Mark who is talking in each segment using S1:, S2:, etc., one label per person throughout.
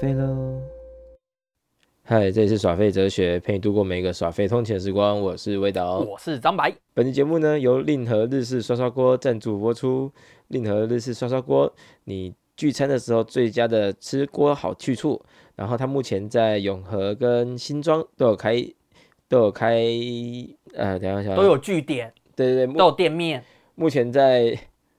S1: 费喽。
S2: 嗨，这里是耍废哲学，陪你度过每一个耍废通勤的时光。我是魏导。
S3: 我是张白，
S2: 本期节目呢由令和日式刷刷锅赞助播出。令和日式刷刷锅，你聚餐的时候最佳的吃锅好去处。然后它目前在永和跟新庄都有开，都有开。呃，等一下，想
S3: 都有据点，
S2: 对对对，
S3: 都
S2: 目
S3: 有店面，
S2: 目前在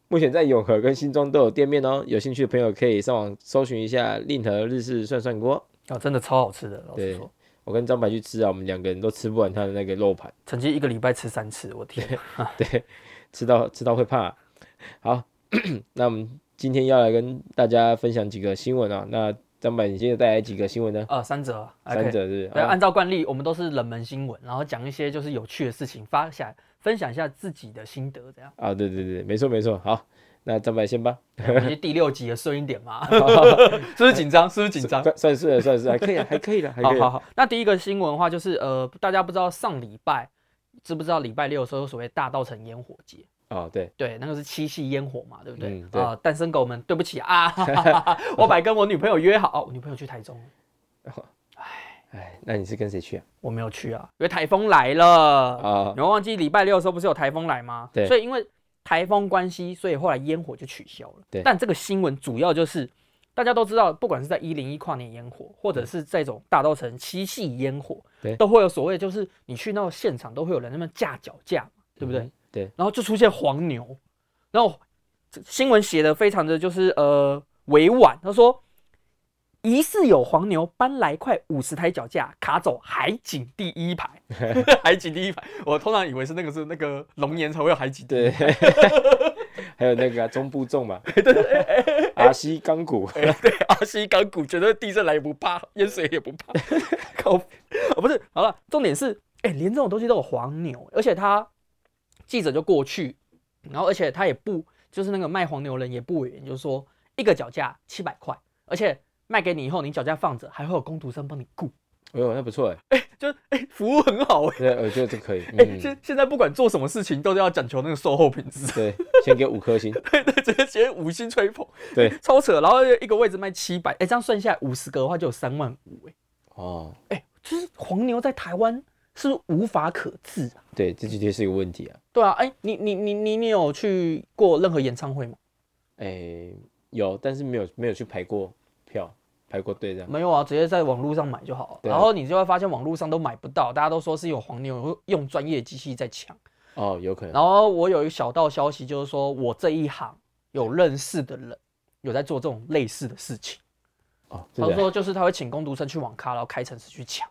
S2: 目前在永和跟新庄都有店面哦。有兴趣的朋友可以上网搜寻一下令和日式涮涮锅。
S3: 哦，真的超好吃的，老实
S2: 对
S3: 说，
S2: 我跟张白去吃啊，我们两个人都吃不完他的那个肉盘。
S3: 曾经一个礼拜吃三次，我 天，
S2: 对，吃到吃到会怕。好， 那我们今天要来跟大家分享几个新闻啊。那张柏，你今天带来几个新闻呢？
S3: 呃，三折，还可以
S2: 三者是不是
S3: 对，
S2: 啊，
S3: 按照惯例，我们都是冷门新闻，然后讲一些就是有趣的事情，发下分享一下自己的心得， 这样。
S2: 啊，对对对，没错没错。好，那张柏先吧，
S3: 我们是第六集的顺一 点嘛，是不是紧张？是不是紧张？
S2: 算算是了算是了还可以啊还可以了还
S3: 好
S2: 可以
S3: 好
S2: 了。
S3: 好，那第一个新闻的话，就是呃，大家不知道上礼拜知不知道礼拜六的时候有所谓大稻城烟火节？
S2: 哦，对，
S3: 对，那个是七夕烟火嘛，对不对
S2: 嗯？对
S3: 啊，单身狗们，对不起啊， 我本来跟我女朋友约好，哦我女朋友去台中，
S2: 哎，那你是跟谁去啊？
S3: 我没有去啊，因为台风来了。
S2: 啊
S3: 你，们忘记礼拜六的时候不是有台风来吗？
S2: 对
S3: 所以因为台风关系，所以后来烟火就取消了。
S2: 对
S3: 但这个新闻主要就是大家都知道，不管是在一零一跨年烟火，或者是这种大稻城七夕烟火
S2: 对，
S3: 都会有所谓，就是你去那个现场都会有人在那边架脚架嘛，对不对？
S2: 嗯？对，
S3: 然后就出现黄牛，然后这新闻写的非常的就是呃委婉，他说疑似有黄牛搬来快五十台脚架卡走海景第一排， 海景第一排，我通常以为是那个是那个龙岩才会有海景第
S2: 对，
S3: 一
S2: 还有那个啊中部重 嘛，啊阿西钢骨，
S3: 对，阿西港股觉得地震来也不怕，淹水也不怕。 靠，哦不是，好了，重点是，哎、连这种东西都有黄牛，而且他记者就过去，然后而且他也不，就是那个卖黄牛人也不委员，就是说一个脚架七百块，而且卖给你以后，你脚架放着，还会有工读生帮你雇，
S2: 哎呦，那不错哎，
S3: 就是哎、服务很好哎、
S2: 对，我觉得这可以，
S3: 哎、
S2: 嗯，
S3: 现现在不管做什么事情，都是要讲求那个售后品质，
S2: 对，先给五颗星，
S3: 对对，直接直接五星吹捧，
S2: 对，
S3: 超扯。然后一个位置卖七百，哎，这样算下来五十个的话就有三万五，哎，
S2: 哦，
S3: 就是黄牛在台湾是无法可治啊、
S2: 对，这的确是一个问题啊。
S3: 对啊，哎、你你你你你有去过任何演唱会吗？
S2: 诶、哎有，但是没有没有去排过票，排过队这样。
S3: 没有啊，直接在网络上买就好了。
S2: 对啊
S3: 然后你就会发现网络上都买不到，大家都说是有黄牛用专业机器在抢。
S2: 哦，有可能。
S3: 然后我有一小道消息，就是说我这一行有认识的人有在做这种类似的事情。
S2: 哦，真
S3: 他
S2: 的啊。
S3: 说就是他会请工读生去网咖，然后开城市去抢。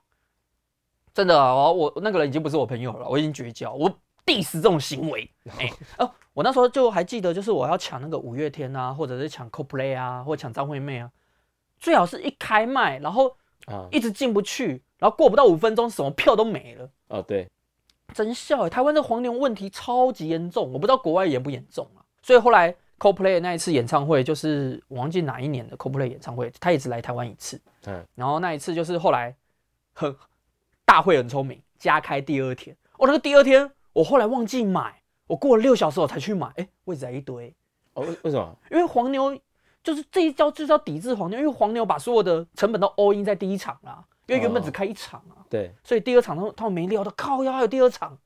S3: 真的啊，我我那个人已经不是我朋友了，我已经绝交，我 diss 这种行为。哎、哦，我那时候就还记得，就是我要抢那个五月天啊，或者是抢 CoPlay 啊，或抢张惠妹啊，最好是一开卖，然后
S2: 啊，
S3: 一直进不去，然后过不到五分钟，什么票都没了。
S2: 哦，对，
S3: 真笑欸！台湾的黄牛问题超级严重，我不知道国外严不严重啊。所以后来 CoPlay 那一次演唱会，就是我忘记哪一年的 CoPlay 演唱会，他也只来台湾一次。
S2: 嗯，
S3: 然后那一次就是后来很大会很聪明，加开第二天。哦，那个第二天我后来忘记买，我过了六小时我才去买，哎、位置还一堆，
S2: 哦，为为什么？
S3: 因为黄牛就是这一招就是要抵制黄牛，因为黄牛把所有的成本都 all in 在第一场啦、因为原本只开一场啊，
S2: 对
S3: 所以第二场他们他们没料到，靠呀，还有第二场。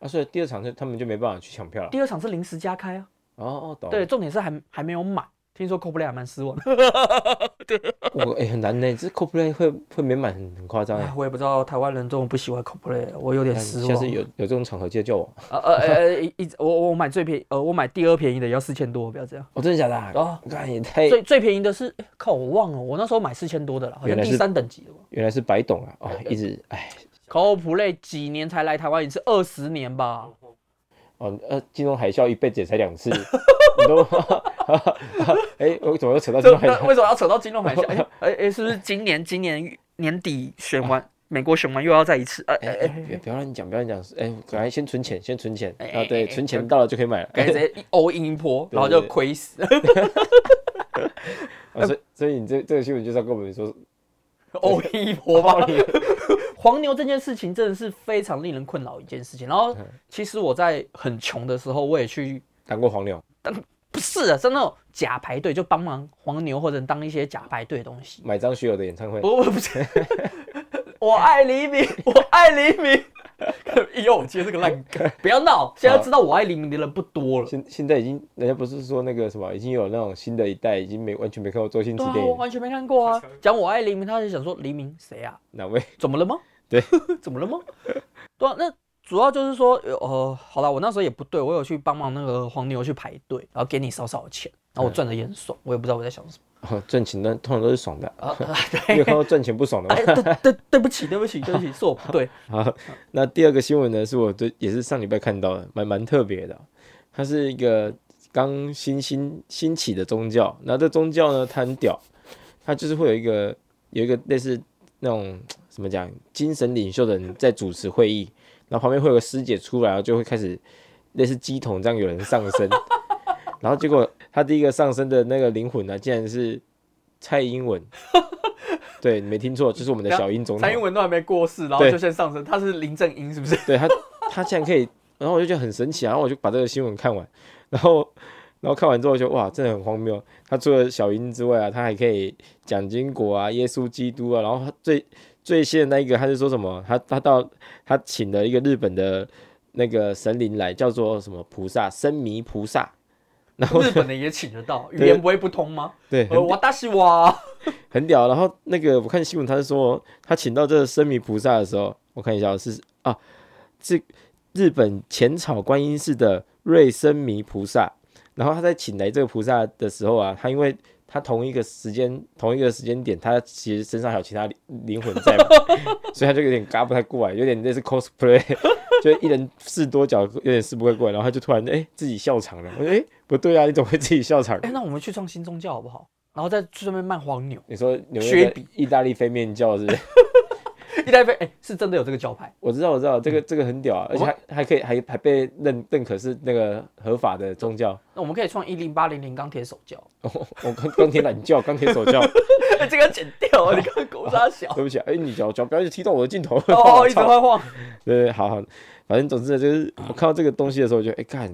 S2: 啊，所以第二场就他们就没办法去抢票了。
S3: 第二场是临时加开啊，
S2: 哦哦，懂。
S3: 对，，重点是还还没有满，听说 CoPlay 还蛮失望的。
S2: 我哎、很难呢，这 CoPlay 会会没满很很夸张
S3: 哎
S2: 哎。
S3: 我也不知道台湾人这么不喜欢 CoPlay，我有点
S2: 那
S3: 失
S2: 下
S3: 望。
S2: 次有有这种场合记得叫我。
S3: 呃呃呃呃一一我我买最便宜，呃我买第二便宜的也要四千多，不要这样。
S2: 哦，真的假的、啊？
S3: 哦
S2: 我看也太
S3: 最最便宜的是，哎靠，我忘了，我那时候买四千多的了，好
S2: 原来
S3: 像
S2: 是
S3: 第三等级的吧。
S2: 原来是白懂啊！哦，一直哎
S3: CoPlay 几年才来台湾一次，二十年吧。
S2: 哦呃，金融海啸一辈子也才两 次，你都 哎、我怎么又扯到金
S3: 这
S2: 融海
S3: 那
S2: 啸？
S3: 为什么要扯到金融海啸？哎 哎哎，是不是今年今年年底选 完美国选完又要再一次？哎
S2: 哎
S3: 哎
S2: 哎
S3: 哎，
S2: 别不要乱讲，不要乱讲。哎，赶快先存钱，先存钱
S3: 哎
S2: 啊！
S3: 哎
S2: 对，
S3: 哎
S2: 存钱到了就可以买了。
S3: 感 觉哎直接一 all in 一波，然后就亏死。
S2: 啊所以所以你这这个新闻就是要跟我们说，
S3: 哦，一波 吧。黄牛这件事情真的是非常令人嗯困扰一件事情。然后，其实我在很穷的时候，我也去
S2: 当过黄牛，
S3: 不是啊，是那种假排队，就帮忙黄牛或者当一些假排队的东西。
S2: 买张学友的演唱会，
S3: 不不不是， 我爱黎明，我爱黎 明。硬哎要我接这个烂梗，不要闹！现在知道我爱黎明的人不多了。
S2: 现现在已经人家不是说那个什么，已经有那种新的一代已经没完全没看过周星驰
S3: 对啊，
S2: 电
S3: 我
S2: 影，
S3: 完全没看过啊。讲我爱黎明，他就想说黎明谁啊？
S2: 哪位？
S3: 怎么了吗？
S2: 对，
S3: 怎么了吗？对啊，那主要就是说，呃哦，好了，我那时候也不对，我有去帮忙那个黄牛去排队，然后给你少少的钱，然后我赚的也很爽，我也不知道我在想什么
S2: 哦，赚钱呢通常都是爽的，
S3: 啊。啊
S2: 你
S3: 对
S2: 有，看过赚钱不爽的
S3: 哎，
S2: 吗？
S3: 对对对不起，对不 起，对不起，是我不对。
S2: 好，那第二个新闻呢，是我最也是上礼拜看到的，蛮蛮特别的哦。它是一个刚新兴兴起的宗教，那这宗教呢，它很屌，它就是会有一个有一个类似那种怎么讲，精神领袖的人在主持会议，然后旁边会有个师姐出来，然后就会开始类似鸡桶这样有人上身，然后结果他第一个上身的那个灵魂呢，竟然是蔡英文。对，你没听错，就是我们的小英总统。
S3: 蔡英文都还没过世，然后
S2: 对
S3: 就先上升，他是林正英是不是？
S2: 对他，他竟然可以，然后我就觉得很神奇啊，然后我就把这个新闻看完，然后，然后看完之后就哇，真的很荒谬。他除了小英之外啊，他还可以讲经国啊、耶稣基督啊，然后他最最新的那一个，他是说什么？他他到他请了一个日本的那个神灵来，叫做什么菩萨，生弥菩萨。然后
S3: 日本的也请得到，语
S2: 对
S3: 言不会不通吗？
S2: 对，
S3: 呃，我大西哇，
S2: 很屌。然后那个我看新闻，他是说他请到这个生弥菩萨的时候，我看一下哦是啊，这日本浅草观音寺的瑞生弥菩萨。然后他在请来这个菩萨的时候啊，他因为他同一个时间同一个时间点，他其实身上还有其他灵灵魂在嘛，所以他就有点嘎不太过来，有点类似 cosplay，就一人试多角，有点试不太过来。然后他就突然哎、自己笑场了，我说哎、不对啊，你怎么会自己笑场？
S3: 哎，那我们去创新宗教好不好？然后再顺便卖黄牛，
S2: 你说纽
S3: 学
S2: 约的意大利非面教是不是？
S3: 一代飞，哎，是真的有这个教派，
S2: 我知道，我知道，这个这个很屌啊，而且
S3: 嗯我
S2: 还还可以还还被认认可是那个合法的宗教。
S3: 那我们可以创一零八零零钢铁手教，
S2: 我钢钢铁懒教，钢铁手 教，
S3: 哎 这个要剪掉 啊，你看狗傻小，
S2: 对不起，哎、你脚脚不要一直踢到我的镜头。
S3: 哦，
S2: 我
S3: 一直
S2: 操
S3: 会晃，
S2: 对对，好好，反正总之呢，就是我看到这个东西的时候，我就哎干、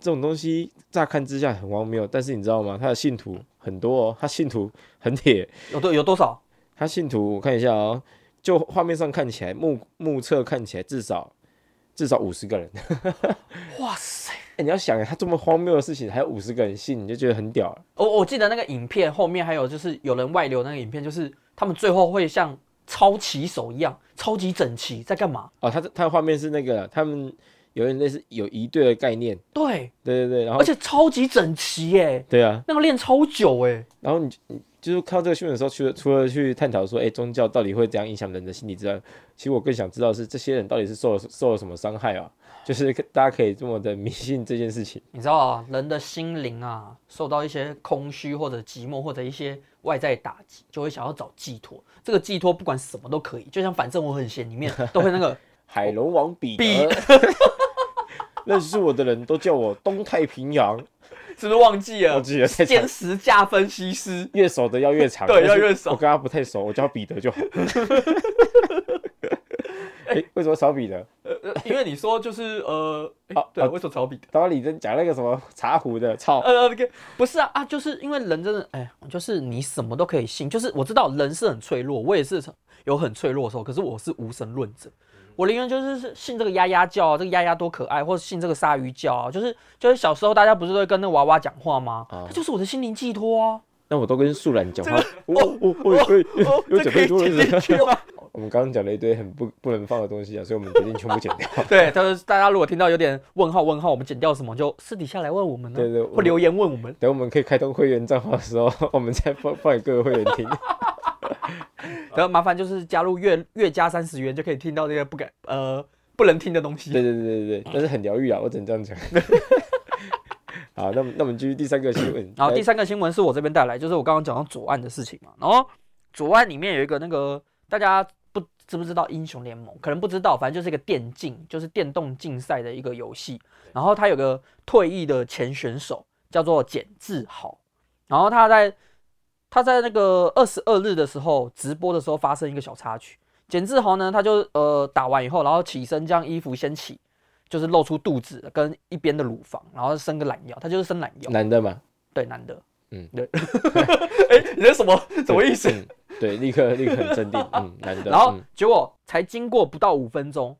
S2: 这种东西乍看之下很荒谬，但是你知道吗？他的信徒很多哦，他信徒很铁，
S3: 有多有多少？
S2: 他信徒我看一下哦，就画面上看起来目目测看起来至少至少五十个人。
S3: 哇塞！
S2: 哎、你要想他这么荒谬的事情，还有五十个人信，你就觉得很屌了。
S3: 我我记得那个影片后面还有就是有人外流那个影片，就是他们最后会像抄旗手一样，超级整齐，在干嘛？
S2: 哦，他他的画面是那个他们有点类似有一对的概念，
S3: 对，
S2: 对对对，然后
S3: 而且超级整齐耶，
S2: 对啊，
S3: 那个练超久哎，
S2: 然后你就你就是看到这个新闻的时候，除了除了去探讨说，哎，宗教到底会怎样影响人的心理之外，其实我更想知道的是这些人到底是受了受了什么伤害啊？就是大家可以这么的迷信这件事情，
S3: 你知道啊，人的心灵啊，受到一些空虚或者寂寞或者一些外在打击，就会想要找寄托。这个寄托不管什么都可以，就像反正我很闲里面都会那个
S2: 海龙王彼
S3: 彼
S2: 得。 认识我的人都叫我东太平洋，
S3: 是不是忘记
S2: 我
S3: 了？
S2: 记得在讲
S3: 坚持加分析师，
S2: 越熟的要越长，
S3: 对
S2: 但是
S3: 要越熟
S2: 我跟他不太熟，我叫他彼得就 好。哎，为什么少彼得？
S3: 呃因为你说就是呃，诶
S2: 啊
S3: 对，
S2: 啊
S3: 为什么找彼得？
S2: 然后你在讲那个什么茶壶的，操！
S3: 呃，那个不是啊啊，就是因为人真的，哎，就是你什么都可以信，就是我知道人是很脆弱，我也是有很脆弱的时候，可是我是无神论者，
S2: 嗯
S3: 我宁愿就是信这个丫丫教啊，这个丫丫多可爱，或者信这个鲨鱼教啊，就是就是小时候大家不是都会跟那个娃娃讲话吗？
S2: 啊
S3: 它就是我的心灵寄托 啊。
S2: 那我都跟素兰讲话，哦哦哦，有
S3: 哦
S2: 有， 有
S3: 这
S2: 准
S3: 可以
S2: 备多了
S3: 剪
S2: 是
S3: 进
S2: 不是
S3: 去 哦吗？
S2: 我们刚刚讲了一堆很不不能放的东西啊，所以我们决定全部剪掉。
S3: 对，但是大家如果听到有点问号问号，我们剪掉什么就私底下来问我们呢、
S2: 对对
S3: 或留言问我们。
S2: 等我们可以开通会员账号的时候， 我们再放放给各位会员 听。啊
S3: 然后麻烦就是加入月月加三十元就可以听到这些不敢呃不能听的东西。
S2: 对对对对对，但是很疗愈啊，我只能这样 讲。好，那我们那我们继续第三个新闻。
S3: 然后第
S2: 来
S3: 三个新闻是我这边带来，就是我刚刚讲到左岸的事情嘛。然后左岸里面有一个那个大家不知不知道英雄联盟，可能不知道，反正就是一个电竞，就是电动竞赛的一个游戏。然后他有个退役的前选手叫做简志豪，然后他在他在那个二十二日的时候直播的时候发生一个小插曲。简志豪呢，他就呃打完以后，然后起身将衣服掀起，就是露出肚子跟一边的乳房，然后伸个懒腰，他就是伸懒腰，
S2: 男的嘛，
S3: 对，男的，
S2: 嗯
S3: 对，哎、你这什么什么意思？
S2: 嗯对，立刻立刻很镇定，嗯，男的，
S3: 然后
S2: 嗯
S3: 结果才经过不到五分钟，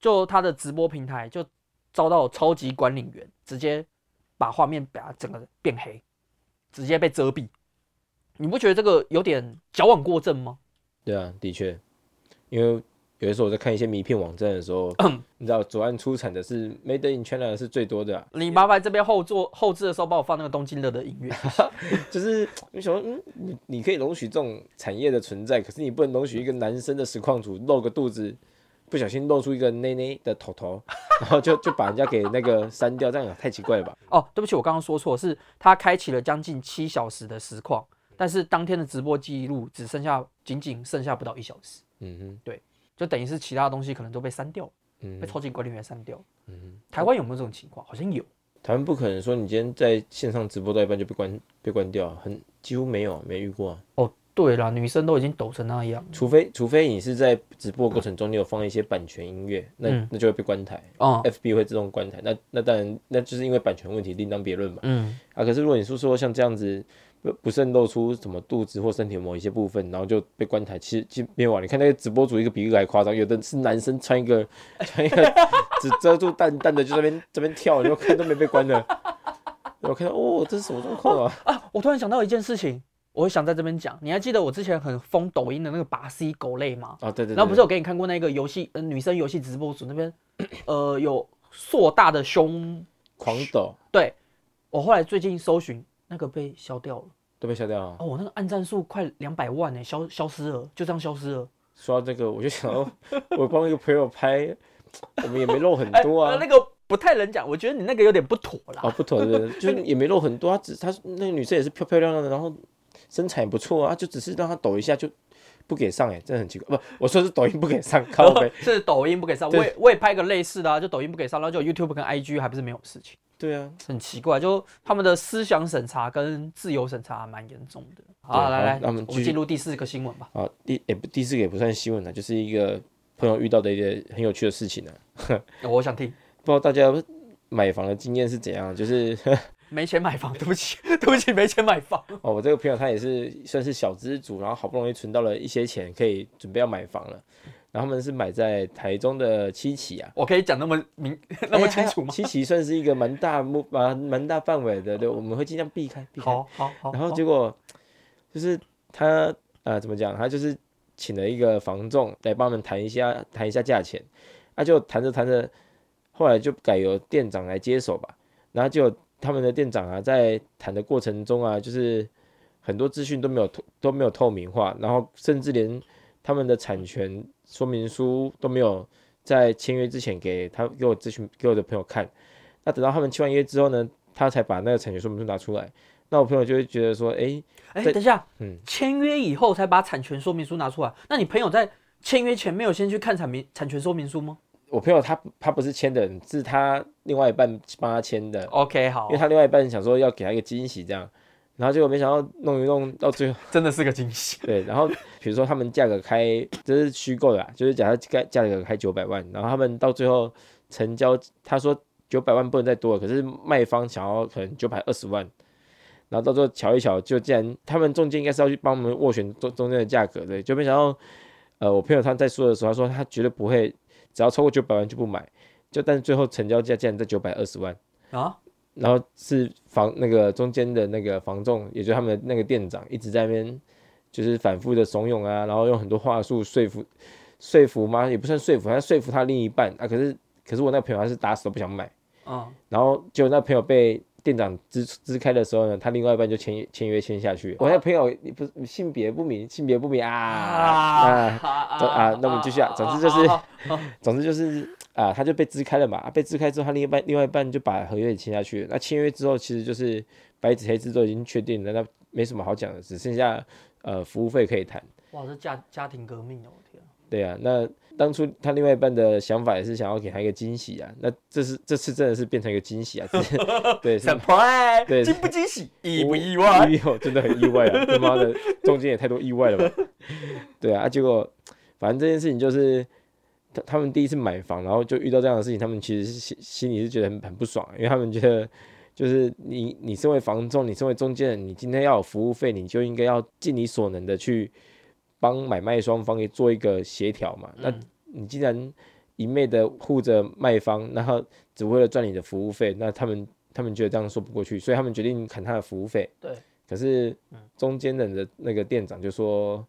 S3: 就他的直播平台就遭到超级管理员直接把画面把它整个变黑，直接被遮蔽。你不觉得这个有点矫枉过正吗？
S2: 对啊，的确，因为有的时候我在看一些名片网站的时候，
S3: 嗯
S2: 你知道左岸出产的是 Made in China 是最多的、啊，
S3: 你麻烦这边后座后置的时候帮我放那个东京热的音 乐。
S2: 就是你想说，嗯，你你可以容许这种产业的存在，可是你不能容许一个男生的实况组露个肚子，不小心露出一个内内的头头，然后就就把人家给那个删掉，这样也太奇怪了吧？
S3: 哦，对不起，我刚刚说错，是他开启了将近七小时的实况，但是当天的直播记录只剩下仅仅剩下不到一小时，
S2: 嗯哼，
S3: 就等于是其他东西可能都被删掉了，
S2: 嗯
S3: 被
S2: 哼，
S3: 超级管理员删掉了。
S2: 嗯哼，
S3: 台湾有没有这种情况？好像有。
S2: 台湾不可能说你今天在线上直播到一半就被关被关掉啊，很几乎没有没遇过、啊。
S3: 哦，对了，女生都已经抖成那样。
S2: 除非除非你是在直播过程中你有放一些版权音乐，那、
S3: 嗯
S2: 那就会被关台、
S3: 嗯
S2: f b 会自动关台。那那当然，那就是因为版权问题，另当别论嘛。
S3: 嗯，
S2: 啊，可是如果你是说像这样子不不慎露出什么肚子或身体的某一些部分，然后就被关台，其实其实没有啊。你看那个直播主一个比一个还夸张，有的是男生穿一个 穿一个只遮住蛋蛋的，就在那边这边跳，你就看都没被关的。我看到哦，这是什么状况啊？
S3: 我突然想到一件事情，我想在这边讲。你还记得我之前很疯抖音的那个拔 C 狗类吗？
S2: 啊，对对对，
S3: 然后不是有给你看过那个游戏，呃，女生游戏直播组那边，呃，有硕大的胸。
S2: 狂抖
S3: 对，我后来最近搜寻那个被消掉了。
S2: 都被消掉啊。
S3: 哦，我那个按赞数快两百万呢、欸消消失了，就这样消失了。
S2: 说到这个，我就想到我帮一个朋友拍，我们也没露很
S3: 哎
S2: 多
S3: 呃
S2: 啊
S3: 那。个不太能讲，我觉得你那个有点不妥啦。
S2: 哦，不妥的，就是也没露很多啊，只她那个女生也是漂漂亮亮的，然后身材也不错啊，就只是让她抖一下就不给上哎、真的很奇怪。不，我说是抖音不给上，靠呗。
S3: 是抖音不给上，
S2: 对
S3: 我也我也拍个类似的啊，就抖音不给上，然后就 YouTube 跟 IG 还不是没有事情，
S2: 对啊，
S3: 很奇怪，就他们的思想审查跟自由审查还蛮严重的。好啊，
S2: 对
S3: 来
S2: 好
S3: 来，
S2: 那
S3: 我
S2: 我们
S3: 们
S2: 继续
S3: 进入第四个新闻吧。
S2: 啊第也不第四个也不算新闻了，就是一个朋友遇到的一个很有趣的事情呢、啊。
S3: 哦我想听，
S2: 不知道大家买房的经验是怎样？就是
S3: 没钱买房，对不起，对不起，没钱买房。
S2: 哦，我这个朋友他也是算是小资主，然后好不容易存到了一些钱，可以准备要买房了。然后他们是买在台中的七期啊，
S3: 我可以讲那么明
S2: 哎
S3: 那么清楚吗？
S2: 七期算是一个蛮大目蛮蛮大范围的，对，我们会尽量避开避开。
S3: 好好好，
S2: 哎然后
S3: 好
S2: 结果就是他呃怎么讲，他就是请了一个房仲来帮我们谈一下谈一下价钱，啊就谈着谈着，后来就改由店长来接手吧，然后就他们的店长啊在谈的过程中啊，就是很多资讯都没有透都没有透明化，然后甚至连他们的产权说明书都没有在签约之前给他给我咨询给我的朋友看，那等到他们签完约之后呢，他才把那个产权说明书拿出来。那我朋友就会觉得说，诶，
S3: 哎，
S2: 对
S3: 等一下
S2: 嗯，
S3: 签约以后才把产权说明书拿出来，那你朋友在签约前没有先去看产明产权说明书吗
S2: 我朋友他他不是签的人，是他另外一半帮他签的，
S3: ？OK，好
S2: 因为，他另外一半想说要给他一个惊喜这样，然后结果没想到弄一弄到最后，
S3: 真的是个惊喜。
S2: 对，然后比如说他们价格开这是虚构的、啊，就是假设价价格开九百万，然后他们到最后成交，他说九百万不能再多了，可是卖方想要可能九百二十万，然后到最后瞧一瞧，就竟然他们中间应该是要去帮我们斡旋中中间的价格的，就没想到，呃，我朋友他在说的时候，他说他绝对不会，只要超过九百万就不买，就但是最后成交价竟然在九百二十万。
S3: 啊，
S2: 然后是房那个中间的那个房仲，也就是他们的那个店长，一直在那边就是反复的怂恿啊，然后用很多话术说服说服吗？也不算说服，他说服他另一半啊。可是可是我那个朋友他是打死都不想买，
S3: 嗯，
S2: 然后结果那朋友被店长支支开的时候呢，他另外一半就签约签约签下去。我那朋友也不是性别不明，性别不明啊啊总啊那我们继续啊总之就是
S3: 啊啊
S2: 总之就是啊，他就被支开了嘛，啊、被支开之后，他另一半另外一半就把合约也签下去了。那签约之后，其实就是白纸黑字都已经确定了，那没什么好讲的，只剩下呃服务费可以谈。
S3: 哇，这家家庭革命哦，我天啊、
S2: 对啊，那当初他另外一半的想法也是想要给他一个惊喜啊，那这是这次真的是变成一个惊喜啊，只是对，是
S3: surprise，
S2: 对
S3: 惊不惊喜，意不意
S2: 意
S3: 外？
S2: 外，真的很意外啊！他妈的， 中间也太多意外了吧？对啊，啊结果反正这件事情就是他他们第一次买房，然后就遇到这样的事情，他们其实是心心里是觉得很很不爽，因为他们觉得就是你你身为房仲，你身为中间人，你今天要有服务费，你就应该要尽你所能的去帮买卖双方也做一个协调嘛。
S3: 嗯
S2: 那你既然一昧的护着卖方，然后只为了赚你的服务费，那他们他们觉得这样说不过去，所以他们决定砍他的服务费。
S3: 对，
S2: 可是中间人的那个店长就说。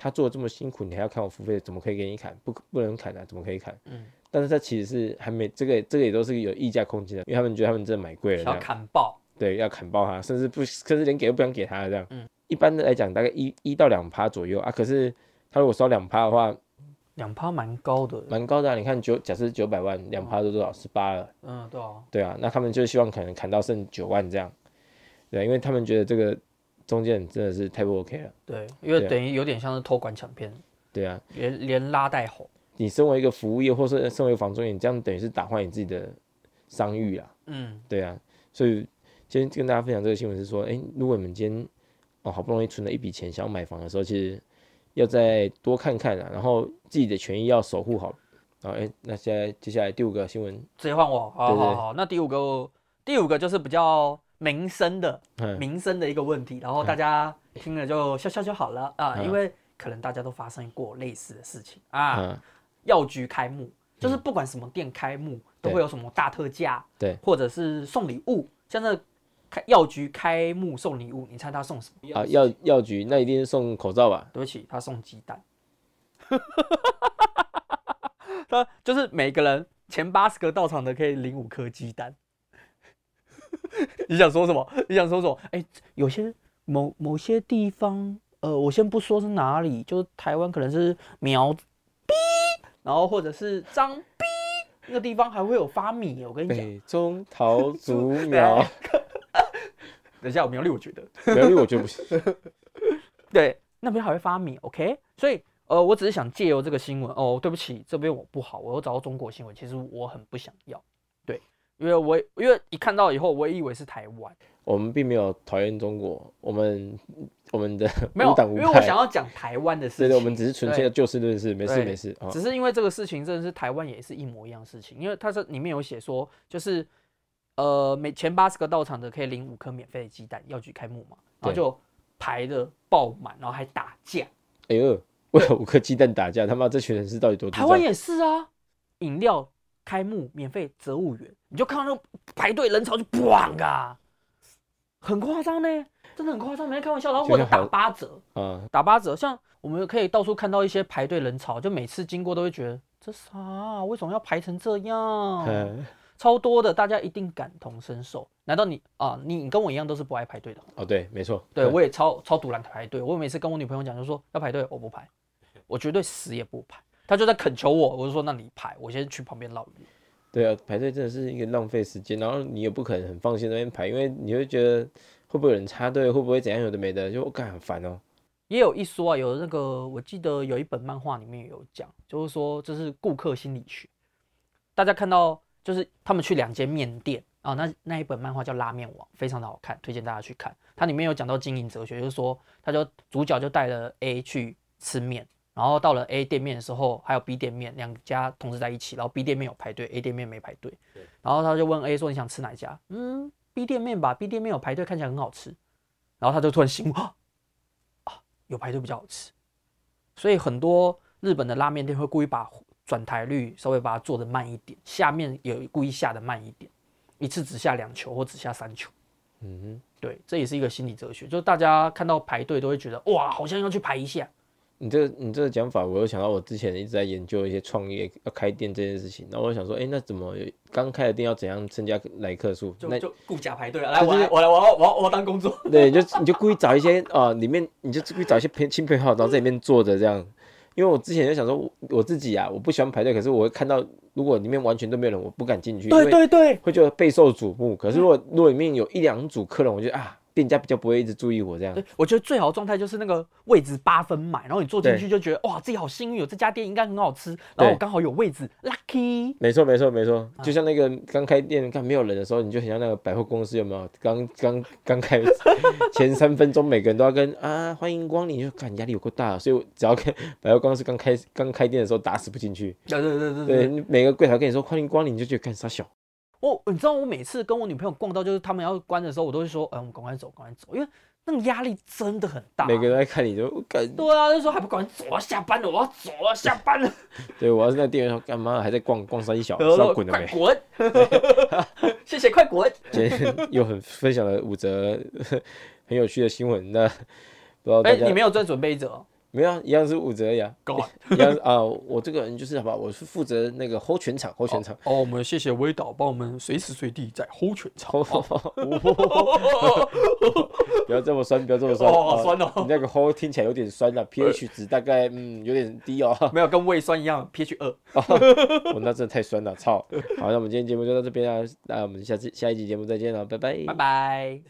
S2: 他做的这么辛苦，你还要砍我付费，怎么可以给你砍？不可不能砍啊，怎么可以砍？
S3: 嗯，
S2: 但是他其实是还没这个这个也都是有溢价空间的，因为他们觉得他们真的买贵了这
S3: 想要
S2: 样，
S3: 砍爆，
S2: 对，要砍爆他，甚至不甚至连给都不想给他这样。
S3: 嗯，
S2: 一般的来讲大概一一到两趴左右啊，可是他如果收两趴的话，
S3: 两趴蛮高的，
S2: 蛮高的啊、你看九假设九百万，两趴都多少？十八了。
S3: 嗯，对啊，
S2: 对啊，那他们就希望可能砍到剩九万这样，对啊、因为他们觉得这个中间真的是太不 OK 了。
S3: 对，因为
S2: 对啊
S3: 等于有点像是偷拐抢骗，
S2: 对啊，
S3: 连连拉带吼，
S2: 你身为一个服务业，或是身为一个房中介，你这样等于是打坏你自己的商誉啊。
S3: 嗯，
S2: 对啊，所以今天跟大家分享这个新闻是说，诶，如果你们今天哦好不容易存了一笔钱想要买房的时候，其实要再多看看啊，然后自己的权益要守护好。好，诶，那现在接下来第五个新闻，
S3: 直接换我，好
S2: 对对
S3: 好好，那第五个第五个就是比较民生的
S2: 嗯，
S3: 民生的一个问题，然后大家听了就笑笑就好了啊，
S2: 嗯
S3: 因为可能大家都发生过类似的事情啊，
S2: 啊，
S3: 药局开幕，就是不管什么店开幕
S2: 嗯
S3: 都
S2: 对
S3: 会有什么大特价，
S2: 对，
S3: 或者是送礼物，像那开药局开幕送礼物，你猜他送什么？
S2: 啊，药药局那一定是送口罩吧？
S3: 对不起，他送鸡蛋。 他就是每个人前八十个到场的可以领五颗鸡蛋。 你想说什么？你想说什么？哎、有些某某些地方，呃，我先不说是哪里，就是台湾可能是苗逼，然后或者是张逼那个地方还会有发米，我跟你讲。
S2: 北中桃竹苗，
S3: 等一下，我苗栗我觉得
S2: 苗栗我觉得不行。
S3: 对，那边还会发米，OK？所以呃，我只是想借由这个新闻哦，对不起，这边我不好，我又找到中国新闻，其实我很不想要，对，因为我因为一看到以后，我也以为是台湾，
S2: 我们并没有讨厌中国，我们我们的
S3: 没有
S2: 无，党无
S3: 因
S2: 派，
S3: 为我想要讲台湾的事
S2: 对
S3: 情，
S2: 对，我们只是纯粹
S3: 对
S2: 的就事论事，没事
S3: 对
S2: 没事啊。
S3: 只是因为这个事情真的是台湾也是一模一样的事情，因为它这里面有写说，就是呃每前八十个到场的可以领五颗免费的鸡蛋，要去开幕嘛，然后
S2: 对
S3: 就排的爆满，然后还打架，
S2: 哎呦，为了五颗鸡蛋打架，他妈这群人是到底多智
S3: 台
S2: 障？
S3: 湾也是啊，饮料开幕免费折五元，你就看到那个排队人潮就咣啊，很夸张呢，真的很夸张，没在开玩笑。然后或者
S2: 就是好
S3: 打八折，
S2: 啊，
S3: 打八折，像我们可以到处看到一些排队人潮，就每次经过都会觉得这啥啊，为什么要排成这 样？
S2: 嗯，
S3: 超多的，大家一定感同身受。难道你啊，你你跟我一样都是不爱排队的？
S2: 哦，对，没错，
S3: 对
S2: 嗯
S3: 我也超超堵然排队，我每次跟我女朋友讲就说要排队，我不排，我绝对死也不排。她就在恳求我，我就说那你排，我先去旁边绕一绕。
S2: 对啊，排队真的是一个浪费时间，然后你也不可能很放心在那边排，因为你会觉得会不会有人插队，会不会怎样，有的没的，就我感很烦哦。
S3: 也有一说啊，有那个我记得有一本漫画里面有讲，就是说这是顾客心理学。大家看到就是他们去两间面店啊，那那一本漫画叫《拉面王》，非常的好看，推荐大家去看。它里面有讲到经营哲学，就是说他就主角就带了 A 去吃面，然后到了 A 店面的时候，还有 B 店面两家同时在一起，然后 B 店面有排队，A 店面没排队，然后他就问 A 说你想吃哪一家？嗯，B 店面吧，B 店面有排队，看起来很好吃。然后他就突然醒悟，啊，有排队比较好吃。所以很多日本的拉面店会故意把转台率稍微把它做的慢一点，下面也故意下的慢一点，一次只下两球或只下三球。
S2: 嗯
S3: 对，这也是一个心理哲学，就是大家看到排队都会觉得哇，好像要去排一下。
S2: 哼，你这个你这个讲法，我又想到我之前一直在研究一些创业要开店这件事情，然后我想说，哎，那怎么刚开的店要怎样增加来客数？那
S3: 就顾家排队啊！
S2: 来就是
S3: 我来，我要，我要，我要当工作。
S2: 对，你就你就故意找一些啊、呃里面你就故意找一些朋亲朋友，然后在里面坐着这样。因为我之前就想说我，我自己啊，我不喜欢排队，可是我会看到如果里面完全都没有人，我不敢进去，
S3: 对，对对，
S2: 会觉得备受瞩目。可是如果、如果里面有一两组客人，我就啊，店家比较不会一直注意我这样
S3: 对。，我觉得最好的状态就是那个位置八分满，然后你坐进
S2: 对
S3: 去就觉得哇，自己好幸运哦，这家店应该很好吃，然后我
S2: 对
S3: 刚好有位置，lucky。
S2: 没错，没错，没错，
S3: 啊
S2: 就像那个刚开店看没有人的时候，你就很像那个百货公司，有没有？刚刚刚开前三分钟，每个人都要跟啊欢迎光临，就感压力有够大，所以我只要跟百货公司刚开刚开店的时候打死不进去，
S3: 对对对对
S2: 对，，每个柜台跟你说欢迎光临，你就觉得干啥小，
S3: 我你知道我每次跟我女朋友逛到就是他们要关的时候，我都会说，嗯，我们赶快走，赶快走，因为那个压力真的很大。
S2: 每个人都在看你就 干，
S3: 对啊，就说还不赶快走啊，下班了，我要走了，下班 了，
S2: 对我要是那个店员说干嘛还在逛逛三小，
S3: 然后
S2: 是要
S3: 说
S2: 滚了
S3: 快
S2: 没？
S3: 滚，谢谢，快滚。
S2: 今天又很分享了五则 很有趣的新闻，那不知道
S3: 哎、
S2: 大家
S3: 你没有再准备一折哦
S2: 没有啊，一样是五折呀。
S3: ，God。
S2: 一样是啊，我这个人就是好吧，我是负责那个 hold 全场，hold 全场。
S3: 哦，我们谢谢微导帮我们随时随地在 hold 全 场。
S2: hold 不要这么酸，不要这么酸。
S3: 哦
S2: 啊
S3: 酸哦
S2: 你那个 hold 听起来有点酸了，pH 值大概嗯有点低哦。
S3: 没有跟胃酸一样 pH 二。
S2: 我那真的太酸 了，操！好，那我们今天节目就到这边啊，那我们下次下一集节目再见了，拜拜
S3: 拜。拜。